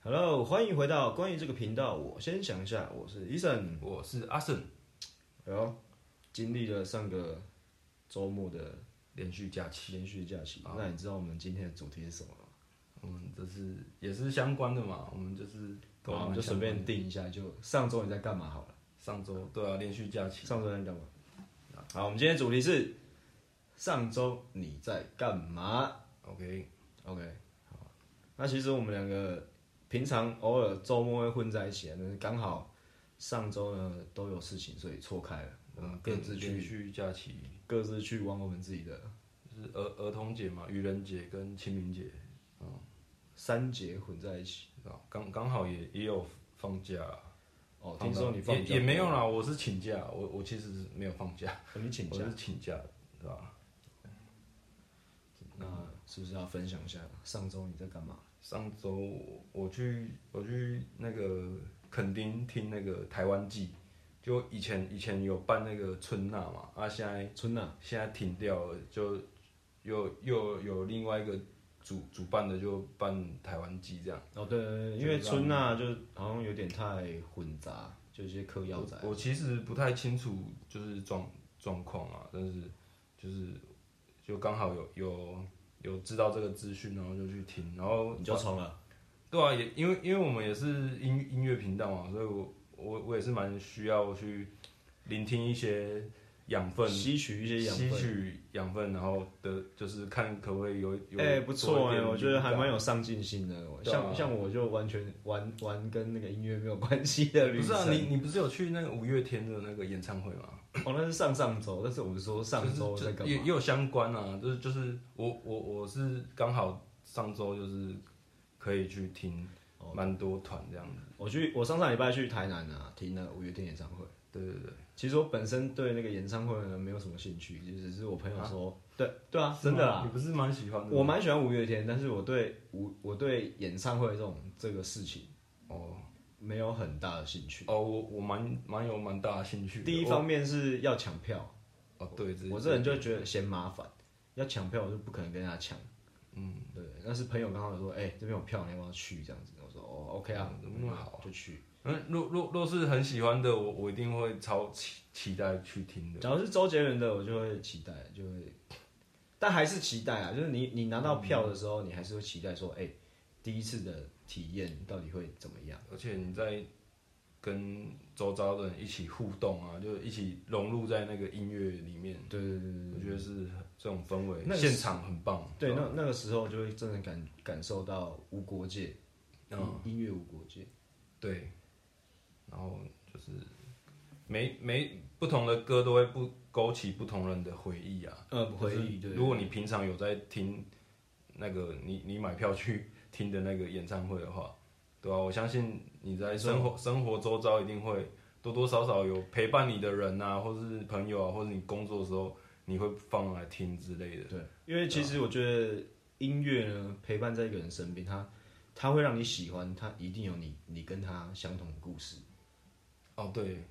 Hello，欢迎回到关于这个频道。我先想一下，我是 Eason。嗯我是阿胜，哎呦，经历了上个周末的连续假期，连续假期，那你知道我们今天的主题是什么吗？我们这是也是相关的嘛，我们就是好跟我我们们哦就随便定一下，就上周你在干嘛好了。上周对啊，连续假期，上周在干嘛？好，我们今天的主题是上周你在干嘛 OK， ？OK，好。那其实我们两个平常偶尔周末会混在一起啊，但是刚好上周呢都有事情，所以错开了，我们哦啊各自去呃连续假期，各自去玩我们自己的就是儿儿童节嘛，愚人节跟清明节，三节混在一起。然后刚刚好也也有放假啦，哦，放听说到你放假也也没有啦，我是请假，我我其实是没有放假，哦，你请假哦我，是请假的，对吧？那是不是要分享一下上周你在干嘛？上周我去我去那个垦丁听那个台湾季，就以前以前有办那个春娜嘛，啊现在春娜，现在停掉了，就又又有另外一个主主办的就办台湾季这样。哦对对对，因为春娜就好像有点太混杂，就一些嗑药仔。我我其实不太清楚就是状状况啊，但是就是就刚好有有有知道这个资讯，然后就去听，然后哦你就冲了，对啊，也因为因为我们也是音音乐频道嘛，所以我我我也是蛮需要去聆听一些养分，吸取一些养吸分。取养分，然后的就是看可不可以有有哎、不错多一哎、点我觉得还蛮灵有上进心的。我对啊像像我就完全玩玩跟那个音乐没有关系的感旅不是程。啊，你你不是有去那个五月天的那个演唱会吗？哦，那是上上周，但是我们说上周就在是干就嘛？也也有相关啊，就是就是我我我是刚好上周就是可以去听蛮多团这样子，我去，我上上礼拜去台南啊，听了五月天演唱会。对对对，其实我本身对那个演唱会呢没有什么兴趣，就只是我朋友说，对对啊，真的啦。你不是蛮喜欢的吗我蛮喜欢五月天，但是我对五我对演唱会这种这个事情哦。没有很大的兴趣。哦，我我蛮蛮有蛮大的兴趣的。第一我方面是要抢票，哦，对，这我这人就觉得嫌麻烦，要抢票我就不可能跟人家抢。嗯，对。但是朋友刚好说，哎、这边有票，你要不要去？这样子，我说哦，OK 啊，怎么那么好？就去。嗯，若若若是很喜欢的，我我一定会超期期待去听的。假如是周杰伦的，我就会期待，就会，但还是期待啊。就是你你拿到票的时候，你还是会期待说，哎、第一次的体验到底会怎么样？而且你在跟周遭的人一起互动啊，就一起融入在那个音乐里面，对对对我觉得是这种氛围那，个现场很棒。对，那那个时候就会真的感感受到无国界，音音乐无国界。对，然后就是每每不同的歌都会不勾起不同人的回忆啊。呃，就回是忆对。如果你平常有在听那个你你买票去 听的那个演唱会的话，对啊，我相信你在生活生活周遭一定会多多少少有陪伴你的人啊，或是朋友啊，或者你工作的时候你会放来听之类的。对，啊因为其实我觉得音乐呢，陪伴在一个人身边，它它会让你喜欢，它一定有你你跟他相同的故事，哦，对，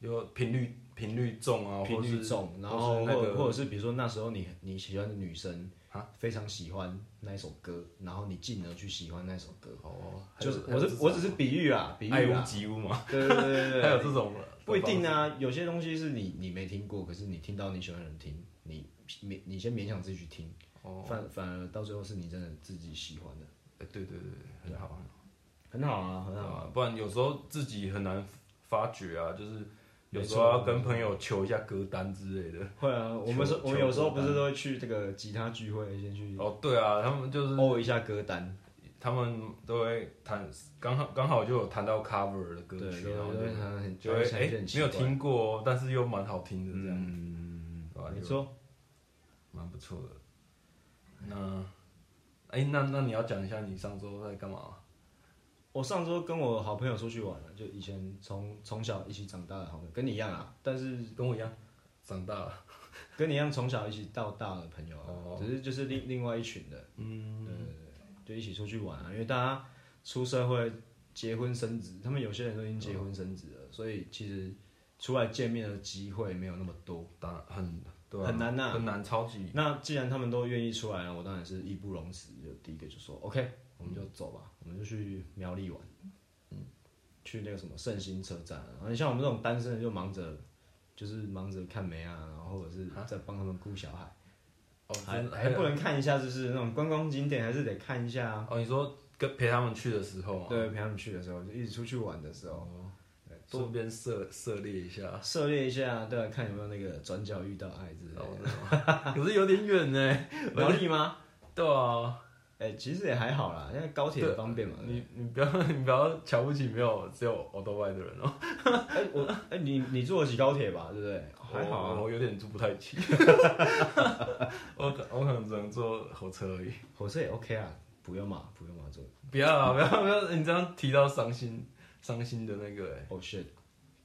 有频率频率重啊，频率重，然后或是那或个啊或者是比如说那时候你你喜欢的女生非常喜欢那一首歌，然后你进而去喜欢那首歌，或是哦，还就有是还有我是这种我只是比喻啊，比爱喻屋啊，及乌嘛，对对 对 对还有对，这种不一定啊，有些东西是你你没听过，可是你听到你喜欢的人听，你勉你先勉强自己去听，哦反反而到最后是你真的自己喜欢的，哎对对对对，很好。很好啊，很好。啊，不然有时候自己很难发掘啊，就是有没时候错要跟朋友求一下歌单之类的。会啊，我们求说我们求有时候歌不是都会去这个吉他聚会，先去哦，对啊，他们就是哦一下歌单，他们都会弹，刚好刚好就有弹到 cover 的歌对，曲，然然后后就会很就会想哎一些很奇没有怪听过哦，但是又蛮好听的这样，哦嗯，对吧没错，蛮不错的。那哎，那那你要讲一下你上周在干嘛吗？我上周跟我好朋友出去玩了，就以前从从小一起长大的好朋友，跟你一样啊，但是跟我一样，长大了。跟你一样从小一起到大的朋友啊，哦只是就是另另外一群的，嗯，对对对，就一起出去玩啊，因为大家出社会、结婚生子，他们有些人都已经结婚生子了，所以其实出来见面的机会没有那么多。打很对啊很难呐很难，超级嗯那既然他们都愿意出来了，我当然是义不容辞，就第一个就说 OK，我我们就走吧，我们就去苗栗玩，嗯去那个什么圣心车站、啊。然后像我们这种单身的就忙着，就是忙着看梅啊，然后或者是在帮他们顾小孩，哦，还真的还不能看一下，就是那种观光景点还是得看一下啊。哦，你说跟陪他们去的时候啊，对，陪他们去的时候，就一起出去玩的时候，顺便涉涉猎一下，涉猎一下，对啊，看有没有那个转角遇到爱之哦类的。哦 可是有点远呢。苗栗吗？对啊，哎、其实也还好啦，因为高铁也方便嘛。你你不要你不要瞧不起没有只有 o 多外的人哦，哎、 我哎、你你坐得起高铁吧，对不对？还好啊，我，我有点住不太 起，我可我可能只能坐火车而已。火车也 OK 啊，不用嘛，不用嘛，坐。不要啊，不要不要，你这样提到伤心伤心的那个欸 Oh shit！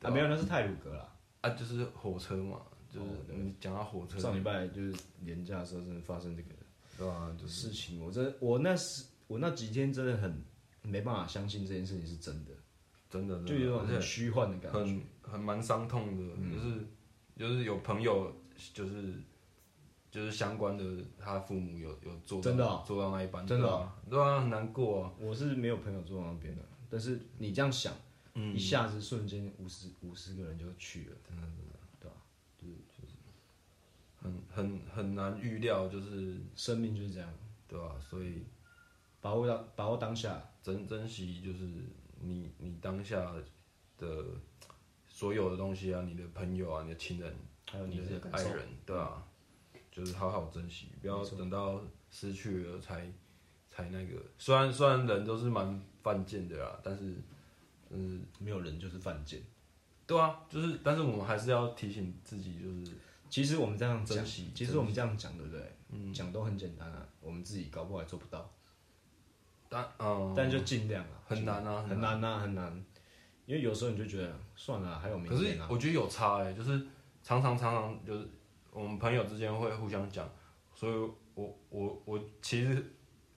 啊，没有，那是泰鲁格啦。啊，就是火车嘛，就是哦你讲到火车，上礼拜就是年假的时候，真的发生这个对啊，就是事情，我真我那时我那几天真的很没办法相信这件事情是真的，真的就真有的，种很虚幻的感觉。很很蛮伤痛的，就是就是有朋友就是就是相关的，他父母有有做到真的哦做到那一班，真的对啊，对啊，很难过啊，我是没有朋友坐那边的，但是你这样想，一下子瞬间五十五十个人就去了，很很很难预料，就是生命就是这样，对啊，所以把握到把握当下。珍珍惜就是你你当下的所有的东西啊，你的朋友啊，你的亲人，还有你就自己是的感爱受。人，对啊，就是好好珍惜，不要等到失去了才才那个。虽然虽然人都是蛮犯贱的啦，但是嗯，没有人就是犯贱。对啊，就是但是我们还是要提醒自己，就是其实我们这样讲珍惜，其实我们这样讲，对不对？嗯，讲都很简单啊，我们自己搞不好也做不到，但嗯，但就尽量啊，很难啊，很难啊，很难。因为有时候你就觉得算了啊，还有明可是天啊。我觉得有差哎、就是常常常常就是我们朋友之间会互相讲，所以我我我其实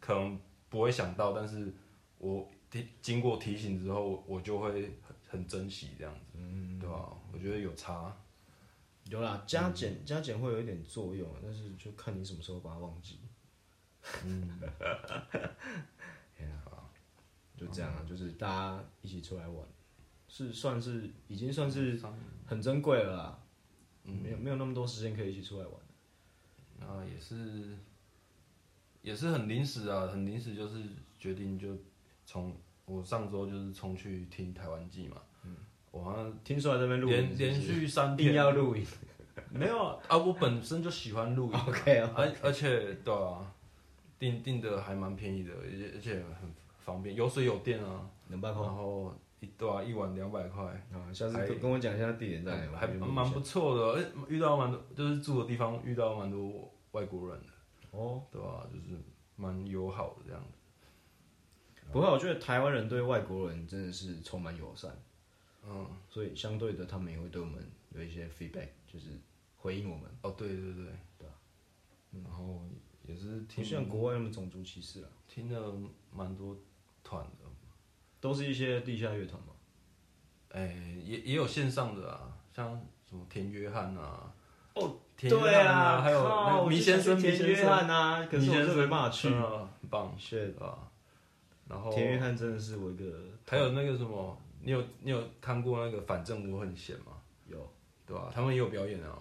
可能不会想到，但是我提经过提醒之后，我就会很很珍惜这样子，嗯对吧、我觉得有差，有啦，加嗯减加减会有一点作用啊，但是就看你什么时候把它忘记。 嗯，哎就这样啊，就是大家一起出来玩，是算是已经算是很珍贵了啦。嗯没有没有那么多时间可以一起出来玩。啊，也是也是很临时啊，很临时就是决定就从我上周就是冲去听台湾记嘛，嗯我好像听说来这边录影连是不连是续三一定天要录影。没有啊，啊我本身就喜欢露营、啊 OK 啊而而且对啊，订订的还蛮便宜的，而且而且很方便，有水有电啊，能办然法后一对啊一晚两百块，啊，下次跟跟我讲一下地点在哪，还我们蛮去蛮不错的，而且遇到蛮多就是住的地方遇到蛮多外国人的，哦。对啊，就是蛮友好的这样子，不过我觉得台湾人对外国人真的是充满友善，嗯，所以相对的他们也会对我们有一些 feedback，就是回应我们，哦对对对对啊，然后也是不听像国外那么种族歧视啊，听了蛮多团的，都是一些地下乐团嘛。哎、也也有线上的啊，像什么田约翰啊，哦，田约翰啊还有那个迷迷先生，迷田先约生，翰啊，可是我迷先真生没办法去。嗯很棒，是对吧？然后田约翰真的是我一个还有那个什么，你有你有看过那个反正我很闲吗？有对吧、他们也有表演啊，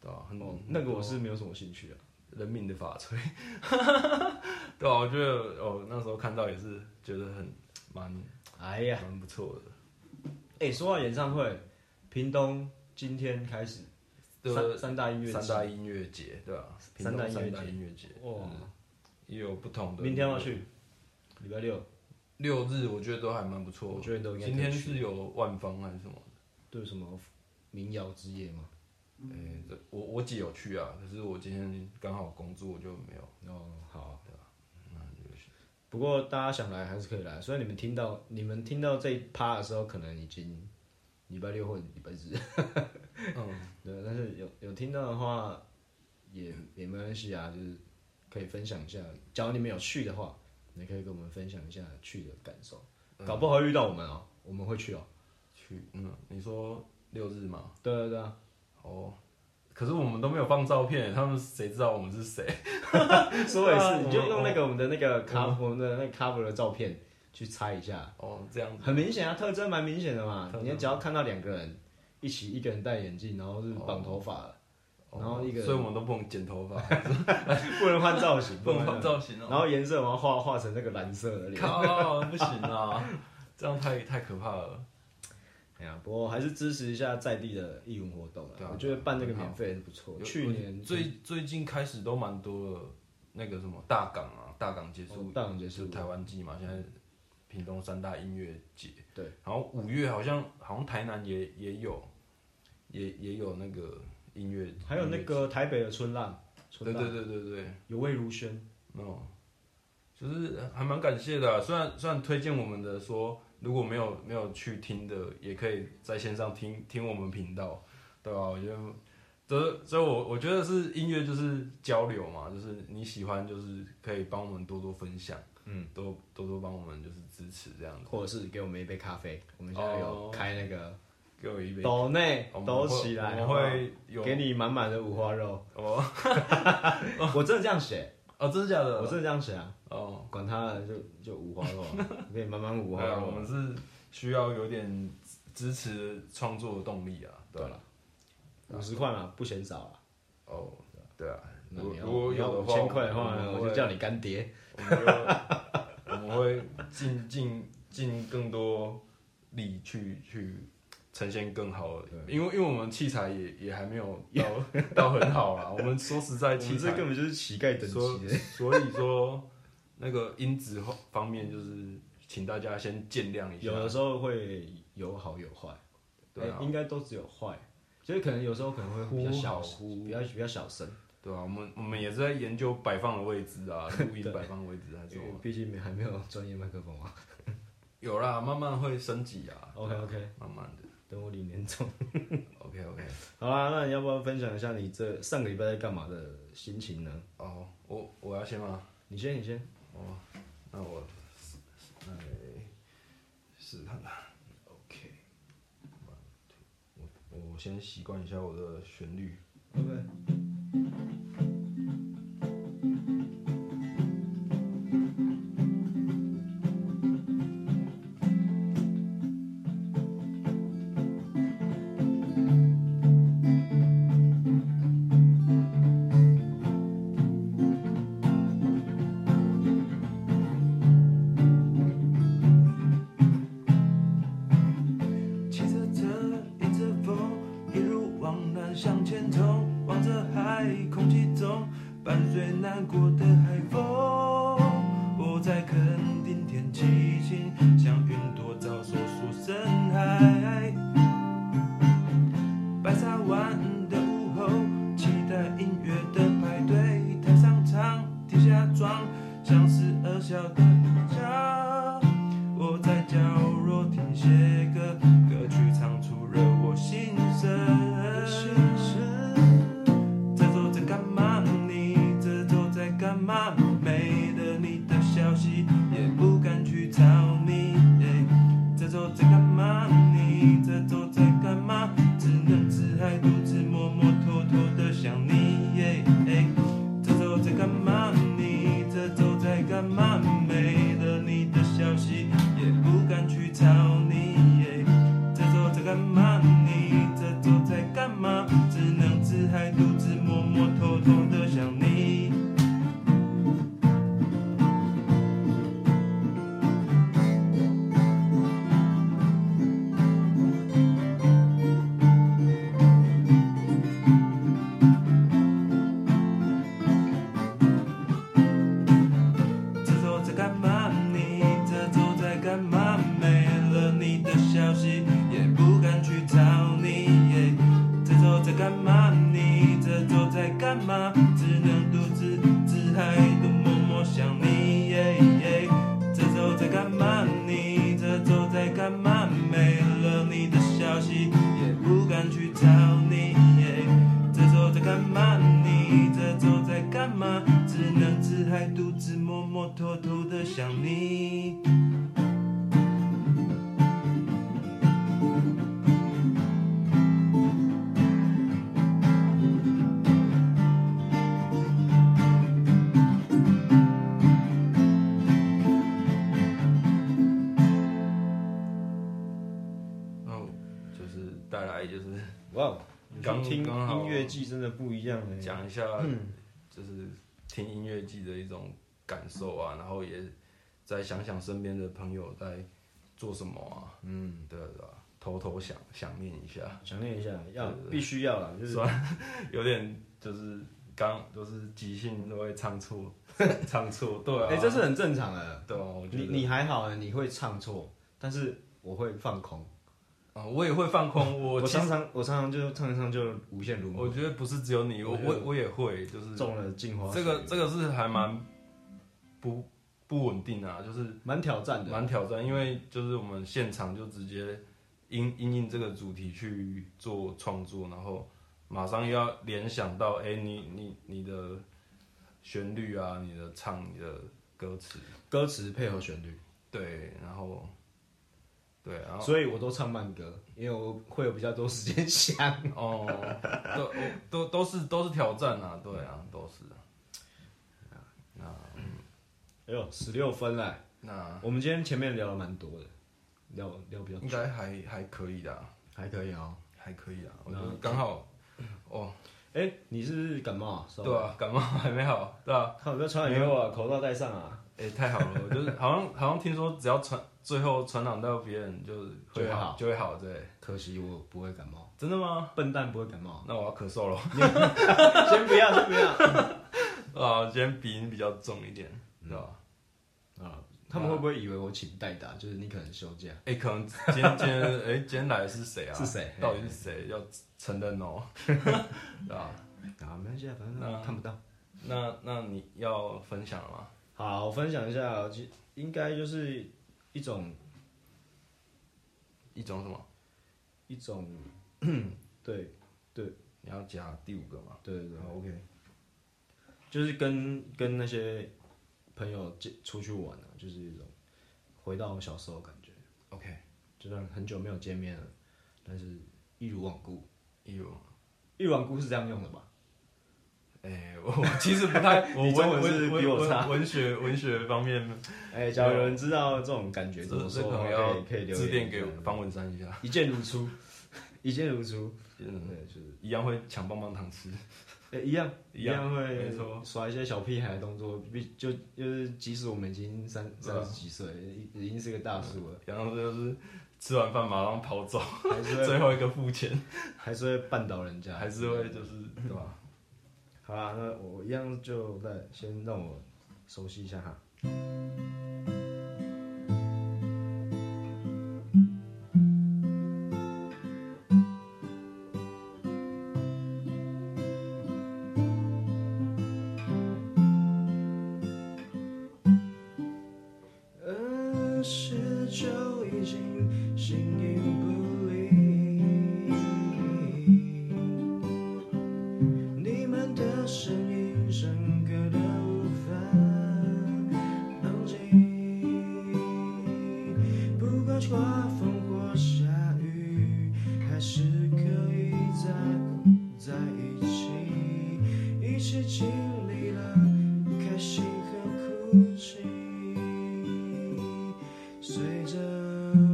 对吧、很、哦，那个我是没有什么兴趣啊。人民的法锤， 对吧、我觉得哦，那时候看到也是觉得很蛮哎呀，蛮不错的。哎，说到演唱会，屏东今天开始对三三大音乐三嗯季大音乐节，对吧、屏三大东音乐三节大音乐节哇，也有不同的。明天要去，礼拜六，六日我觉得都还蛮不错。我觉得都应该今天可以是有万方还是什么？对什么民谣之夜嘛，诶、这我我姐有去啊，可是我今天刚好工作，我就没有。哦，好、啊，对吧？不过大家想来还是可以来，虽然你们听到你们听到这一趴的时候，可能已经礼拜六或者礼拜日，哦嗯， 对，但是有有听到的话也也没关系啊，就是可以分享一下，假如你们有去的话，你可以跟我们分享一下去的感受，搞不好会遇到我们哦、我们会去哦、哦去，嗯，你说六日嘛？ 对对对啊、哦，可是我们都没有放照片，他们谁知道我们是谁？说也对啊是，你就我用那个我们嗯的那个 cover 我们的那个 cover 的照片去猜一下，哦，这样子，很明显啊，特征蛮明显的嘛特。征你只要看到两个人一起，一个人戴眼镜，然后是绑头发的，然后一个人哦所以我们都不能剪头发， 不能换造型，哎不能换造型型，然哦。后颜色我要画画成那个蓝色的脸。 靠，不行啊，这样太太可怕了。哎呀，不过还是支持一下在地的义文活动对啊啊，我觉得办这个免费也是不错。有去年哦有最最近开始都蛮多了，那个什么大港啊，大港结束哦，大港结就束是台湾季嘛，现在屏东三大音乐节，对，然后五月好像好像台南也也有，也也有那个音乐，还有那个台北的春浪，对春浪对对对对，有味如轩，哦，就是还蛮感谢的啊、虽然虽然推荐我们的说，如果没有没有去听的，也可以在线上听听我们频道，对吧、我觉得，这所以我我觉得是音乐就是交流嘛，就是你喜欢就是可以帮我们多多分享，嗯，多多多帮我们就是支持这样子，或者是给我们一杯咖啡，我们现在有哦开那个给我一杯，哦抖内哎我们抖会起来，好我不好们会有给你满满的五花肉。哦 我真的这样 写，哦，真的假我的？真的这样写啊，哦，管他了，就就五花肉啊， 给你满满五对花啊，肉。我们是需要有点支持创作的动力啊，对吧、了，五十块嘛，不嫌少啊。哦，对啊，那如果你要如果你要有五的话，千块的话呢，我我就们叫你干爹。会，我 们会尽尽尽更多力去去呈现更好的，因为因为我们器材也也还没有到到很好啊 啦，我们说实在我器们这材，根本就是乞丐等所级的。所以说那个音质方方面就是。请大家先见谅一有下，的时候会有好有坏，对啊哎应该都只有坏，所以可能有时候可能会比较小声，比较比较小声，对啊，我们我们也是在研究摆放的位 置啊，录音摆放位置啊还是因什为么毕竟没还没有专业麦克风啊。有啦，慢慢会升级啊。 OK OK，慢慢的等我领年终。 ，OK OK。好啦，那你要不要分享一下你这上个礼拜在干嘛的心情呢？哦，我我要先吗？你先，你先。哦，那我那试探吧。OK，我我先习惯一下我的旋律。 OK。骑着车，迎着风，一路往南向前冲，望着海，空气中伴随南国的海风。我在垦丁天气晴，像云朵早烁烁深海。白沙湾的午后，期待音乐的派对，台上唱，地下装，像是二小的家。我在角落听写歌，歌曲唱出了我心声。这周在干嘛？你这周在干嘛？没了你的消息，也不敢去找你。这周在干嘛？你这周在干嘛？只能自嗨，独自默默偷偷的想你。哎这周在干嘛？你这周在干嘛？没了你的消息，也不敢去找你。这周在干嘛？你这周在干嘛？只能自嗨，独自默默偷偷的想你。这周在干嘛？你这周在干嘛？没了你的消息，也不敢去找你。这周在干嘛？你这周在干嘛？只能独自自嗨的默默想你。这周在干嘛？你这周在干嘛？没了你的消息，也不敢去找你。这周在干嘛？你这周在干嘛？只能自嗨，独自默默偷偷的想你。 OK，带来就是哇哦，你去刚听刚好音乐季真的不一样哎、讲一下，就是听音乐季的一种感受啊，然后也再想想身边的朋友在做什么啊，嗯，对啊对啊，偷偷想想念一下，想念一下，要必须要啦，就是有点就是刚就是即兴都会唱错， 唱错，对啊，哎、这是很正常的。对啊，我觉你得你还好啊，你会唱错，但是我会放空。啊，我也会放空，我我其实常常我常常就唱一唱就无限轮我回，觉得不是只有你，我我觉我我也会，就是中了镜花水这月。个这个是还蛮不不稳定啊，就是。蛮挑战的，蛮挑战，因为就是我们现场就直接因因应这个主题去做创作，然后马上又要联想到，哎、你你你的旋律啊，你的唱，你的歌词，歌词配合旋律，对，然后对，啊然后所以我都唱慢歌，因为我会有比较多时间 想。哦，都我都都是都是挑战啊，对啊，都是啊。哎呦，十六分了。那我们今天前面聊了蛮多的，聊聊比较应该还还可以的啊、还可以哦。还可以啊，我觉得刚好哦，哎、你是不是感冒、啊？是吧对啊，感冒还没好，对啊，看我不要传染给我啊，口罩戴上啊，哎、太好了！我就是好像好像听说，只要传最后传染到别人，就是就会好就会好，对，可惜我不会感冒，真的吗？笨蛋不会感 冒。啊那我要咳嗽了 先不要，先不要。啊！今天鼻音比较重一点，知道 吧？啊，他们会不会以为我请代打？就是你可能休假，哎、可能今天今天哎、今天来的是谁啊？嗯是谁哎到底是谁？要承认哦，对吧？啊，没关系啊，反正那看不到。那那你要分享了吗？好，我分享一下，其应该就是一种一种什么？一种， 对你要加第五个吗？对对对，好，OK。就是跟跟那些朋友接出去玩啊，就是一种回到小时候的感觉， OK，就算很久没有见面了，但是一如往故，一如一如往故是这样用的吧？哎、我我其实不太，我你中文是文文比我差文文学文学方面哎、假如有人知道这种感觉这怎么这说可的能话，要可以可以留言致电给一下方文山一下，一见如 初，一见如初，嗯，对，就是、一样会抢棒棒糖吃。哎一样一样会没错耍一些小屁孩的动作，毕就就是即使我们已经三对三啊十几岁，已已经是个大叔了， 然后就是吃完饭马上跑走，还是会 最后一个付钱，还是会绊倒人家，还是会就是啊对啊吧？好啦，那我一样就再先让我熟悉一下哈。二十九已经形影不离。你们的声音深刻的无法忘记。不管刮风或下雨，还是可以在在一起，一起经历了开心和哭泣。随着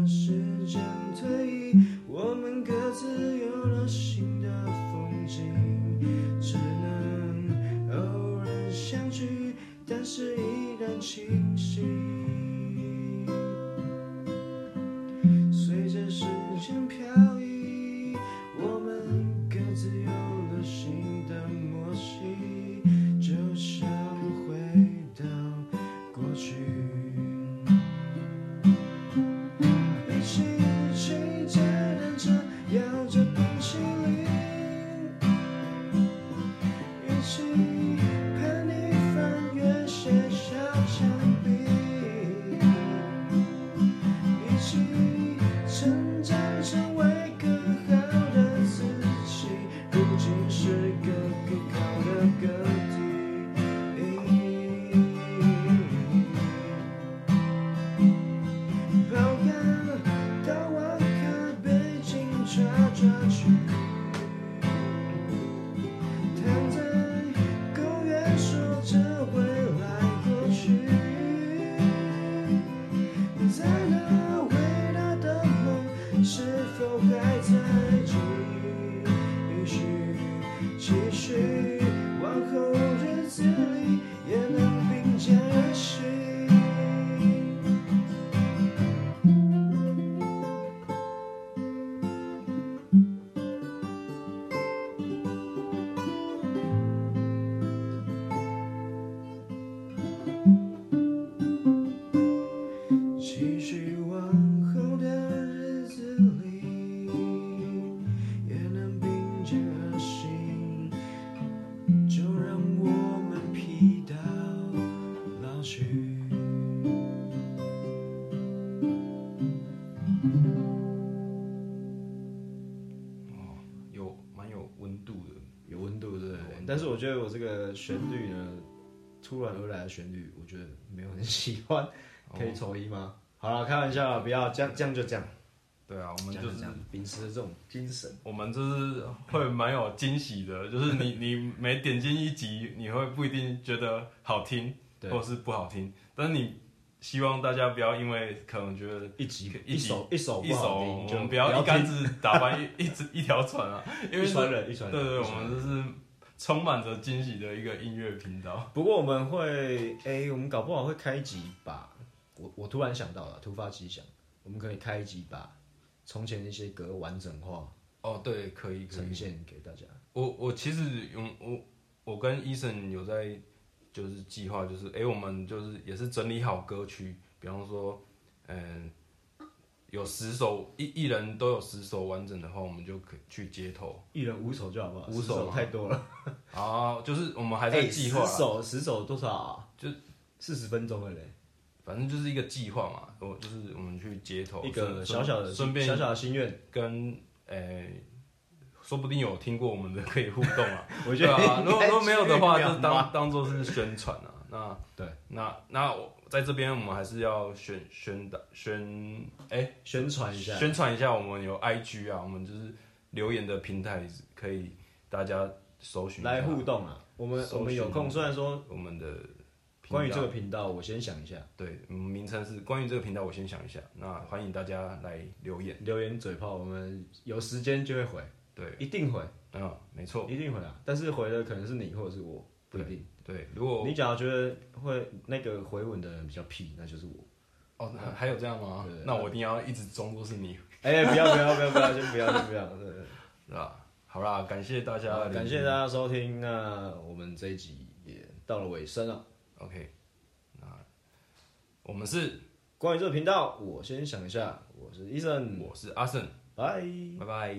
时间推移，我们各自有了新的风景，只能偶然相聚，但是依然清晰。随着时间漂移，我们各自有了新的默契，就像回到过去。啊但是我觉得我这个旋律呢，突然而来的旋律，我觉得没有很喜欢，可以抽一吗？好了，开玩笑啦，不要这样，这样就这样，对啊，我们这样就就是这样，秉持着这种精神。我们就是会蛮有惊喜的，就是你 你每点进一集，你会不一定觉得好听，对或是不好听，但是你希望大家不要因为可能觉得一集一集首一首一不好首听，我就们不不要一竿听。子打翻一一只一条 船啊，因为一是传人，一传对人。对，一我传人们就是充满着惊喜的一个音乐频道。不过我们会，哎、我们搞不好会开一集把，我我突然想到了，突发奇想，我们可以开一集把从前的一些歌完整化哦，对，可以可以。呈现给大家。我我其实用我我跟 Eason 有在就是计划，就是诶，我们就是也是整理好歌曲，比方说，嗯，有十首一一人都有十首完整的话，我们就可以去街头。一人五首就好不好？五首十首吗太多了，啊，就是我们还在计划哎啦，十首十首多少、啊？就四十分钟了嘞，反正就是一个计划嘛。我就是我们去街头，一个哦顺小小的顺便小小的心愿，跟诶。说不定有听过我们的可以互动啊， 我觉得对啊，如应果该如果没有的话，去不了就当当做是宣传啊。那对，那那我在这边，我们还是要宣宣的宣哎、宣传一下。宣传一下，我们有 IG 啊，我们就是留言的平台可以大家搜寻一下来互动啊！我们搜寻我们有空，虽然说我们的频道关于这个频道，我先想一下，对，嗯名称是关于这个频道，我先想一下。那欢迎大家来留言，留言嘴炮，我们有时间就会回，对，一定回，嗯，没错，一定回啊！但是回的可能是你或者是我，不一定。对，如果你假如觉得会那个回吻的人比较屁，那就是我。哦还有这样吗嗯对？那我一定要一直装作是你，哎、不要不要不要不要，先不要先不要。对对是吧？好啦，感谢大家的好聆听，感谢大家收听，那我们这一集也到了尾声了。 OK，那我们是，关于这个频道，我先想一下，我是医生，我是阿胜，拜。拜拜。